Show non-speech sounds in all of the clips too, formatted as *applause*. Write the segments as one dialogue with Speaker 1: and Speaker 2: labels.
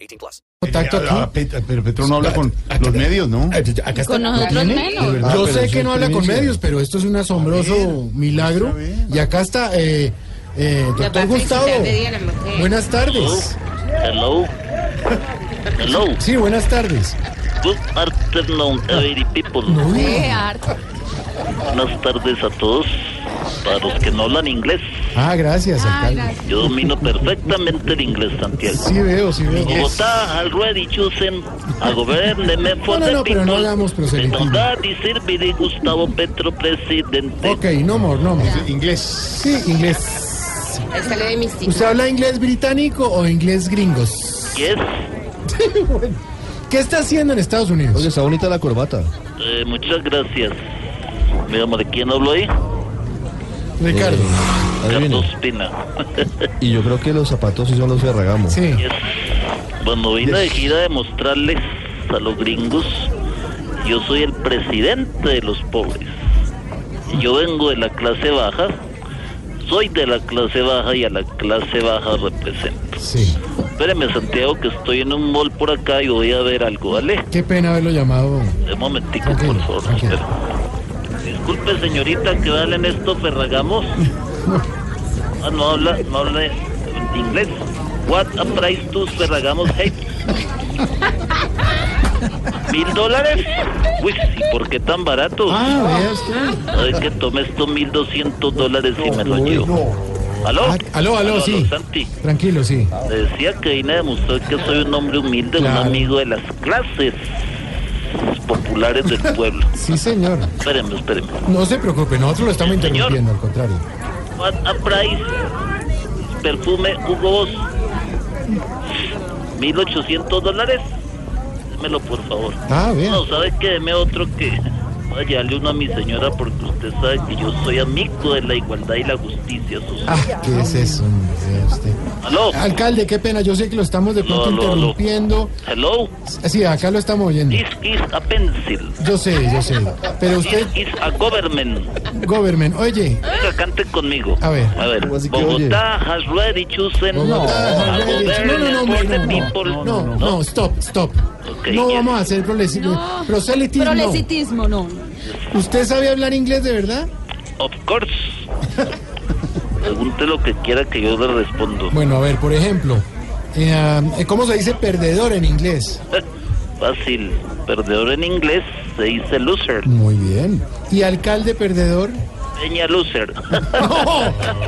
Speaker 1: 18 plus.
Speaker 2: contacto
Speaker 3: Eh, a- a
Speaker 2: aquí.
Speaker 3: Pet- Pero Petro no habla con
Speaker 2: Acá-
Speaker 3: los medios, ¿no?
Speaker 2: Eh, acá está-
Speaker 4: Con nosotros
Speaker 2: ¿tiene?
Speaker 4: menos.
Speaker 3: verdad.
Speaker 2: Yo
Speaker 3: Ah, pero
Speaker 2: sé
Speaker 3: eso
Speaker 2: que
Speaker 3: es
Speaker 2: no habla con
Speaker 3: primicia.
Speaker 2: medios, pero esto es un asombroso
Speaker 3: A ver,
Speaker 2: milagro.
Speaker 3: muestra, a ver.
Speaker 2: Y acá está, eh, eh, doctor Gustavo. Buenas tardes.
Speaker 5: Hello. Hello.
Speaker 2: Sí, buenas tardes.
Speaker 5: Good afternoon, every people.
Speaker 4: Qué harto.
Speaker 5: Buenas tardes a todos. Para los que no hablan inglés,
Speaker 2: Ah, gracias, alcalde.
Speaker 5: yo domino perfectamente el inglés, Santiago.
Speaker 2: Sí veo, sí veo.
Speaker 5: Bogotá, already chosen a government for
Speaker 2: No, no,
Speaker 5: the
Speaker 2: no, pero
Speaker 5: people.
Speaker 2: no hagamos proselitismo.
Speaker 5: De verdad y servir y Gustavo Petro presidente.
Speaker 2: Ok, no more, no more.
Speaker 3: Inglés.
Speaker 2: Sí, inglés. ¿Usted habla inglés británico o inglés gringos?
Speaker 5: Yes.
Speaker 2: ¿Qué está haciendo en Estados Unidos?
Speaker 3: está bonita la corbata.
Speaker 5: Eh, muchas gracias. Mi amor, ¿de quién hablo ahí?
Speaker 2: Ricardo.
Speaker 5: Carlos Pina. *laughs*
Speaker 3: Y yo creo que los zapatos sí son los Ferragamo.
Speaker 2: Sí.
Speaker 5: Yes. Bueno, vine de gira a demostrarles a los gringos, yo soy el presidente de los pobres. Yo vengo de la clase baja, soy de la clase baja y a la clase baja represento.
Speaker 2: Sí.
Speaker 5: Espéreme, Santiago, que estoy en un mall por acá y voy a ver algo, ¿vale?
Speaker 2: Qué pena haberlo llamado.
Speaker 5: Un momentico,
Speaker 2: Tranquilo,
Speaker 5: por favor.
Speaker 2: tranquilo.
Speaker 5: espera. Disculpe, señorita, que valen estos
Speaker 2: *laughs*
Speaker 5: ferragamos. Ah, no habla, no habla inglés. What a price tus ferragamos hate. ¿Mil dólares? Uy, sí, ¿por qué tan barato?
Speaker 2: Ah, vea usted.
Speaker 5: A ver que tomé estos mil doscientos dólares y me los llevo. ¿Aló?
Speaker 2: Ah, aló, aló, sí.
Speaker 5: Santi.
Speaker 2: Tranquilo, sí.
Speaker 5: Le decía que vine a demostrar que soy un hombre humilde,
Speaker 2: Claro.
Speaker 5: un amigo de las clases populares del pueblo.
Speaker 2: Sí, señor.
Speaker 5: Espérenme, espérenme.
Speaker 2: No se preocupe, nosotros lo estamos interrumpiendo, al contrario.
Speaker 5: What a price. Perfume Hugo Boss. 1800 dólares. Démelo, por favor.
Speaker 2: Ah, bien.
Speaker 5: No, ¿sabe qué? Deme otro que. Voy a llevarle uno a mi señora porque usted sabe que yo soy amigo de la igualdad y la justicia social.
Speaker 2: Ah, ¿qué es eso? hombre? Vea usted.
Speaker 5: ¿Aló?
Speaker 2: Alcalde, qué pena, yo sé que lo estamos de pronto
Speaker 5: No, no, no.
Speaker 2: interrumpiendo. Ah,
Speaker 5: ¿Hello?
Speaker 2: Sí, acá lo estamos oyendo.
Speaker 5: This is a pencil.
Speaker 2: Yo sé, yo sé. Pero usted,
Speaker 5: This is a government.
Speaker 2: government, oye,
Speaker 5: Venga, cante conmigo.
Speaker 2: A ver.
Speaker 5: A ver.
Speaker 3: ¿Cómo así que
Speaker 5: Bogotá has already chosen.
Speaker 2: Bogotá,
Speaker 5: a
Speaker 2: Javier, no, no, no,
Speaker 5: government
Speaker 2: hombre,
Speaker 5: for the
Speaker 2: no,
Speaker 5: people.
Speaker 2: no, no, no, no, stop, stop.
Speaker 5: Ok,
Speaker 2: No
Speaker 5: yes.
Speaker 2: vamos a hacer prolesi-
Speaker 4: No.
Speaker 2: proselitismo.
Speaker 4: Prolesitismo, Oh, no.
Speaker 2: ¿Usted sabe hablar inglés de verdad?
Speaker 5: Of course. Pregunte lo que quiera que yo le respondo.
Speaker 2: Bueno, a ver, por ejemplo, eh, um, ¿cómo se dice perdedor en inglés?
Speaker 5: *laughs* Fácil. Perdedor en inglés se dice loser.
Speaker 2: Muy bien. ¿Y alcalde perdedor?
Speaker 5: Peña loser. *laughs*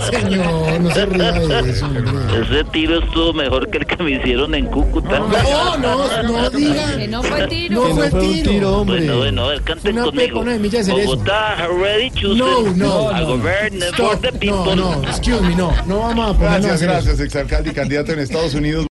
Speaker 2: No, señor, no se ría de eso. hombre.
Speaker 5: Ese tiro estuvo mejor que el que me hicieron en Cúcuta.
Speaker 2: No, no, no
Speaker 4: Que
Speaker 2: diga.
Speaker 4: no fue tiro.
Speaker 2: No
Speaker 3: No
Speaker 2: fue
Speaker 3: fue un tiro,
Speaker 2: tiro.
Speaker 3: hombre.
Speaker 5: Bueno, bueno, a ver, canten
Speaker 2: Una E,
Speaker 5: conmigo.
Speaker 2: pepa, una semilla de cerezo.
Speaker 5: Bogotá has already chosen
Speaker 2: No, no,
Speaker 5: a
Speaker 2: no.
Speaker 5: government for
Speaker 2: Stop.
Speaker 5: the
Speaker 2: No,
Speaker 5: people.
Speaker 2: no, excuse me, no. No vamos a ponernos a
Speaker 3: Gracias,
Speaker 2: hacer eso.
Speaker 3: gracias, exalcalde y candidato en Estados Unidos.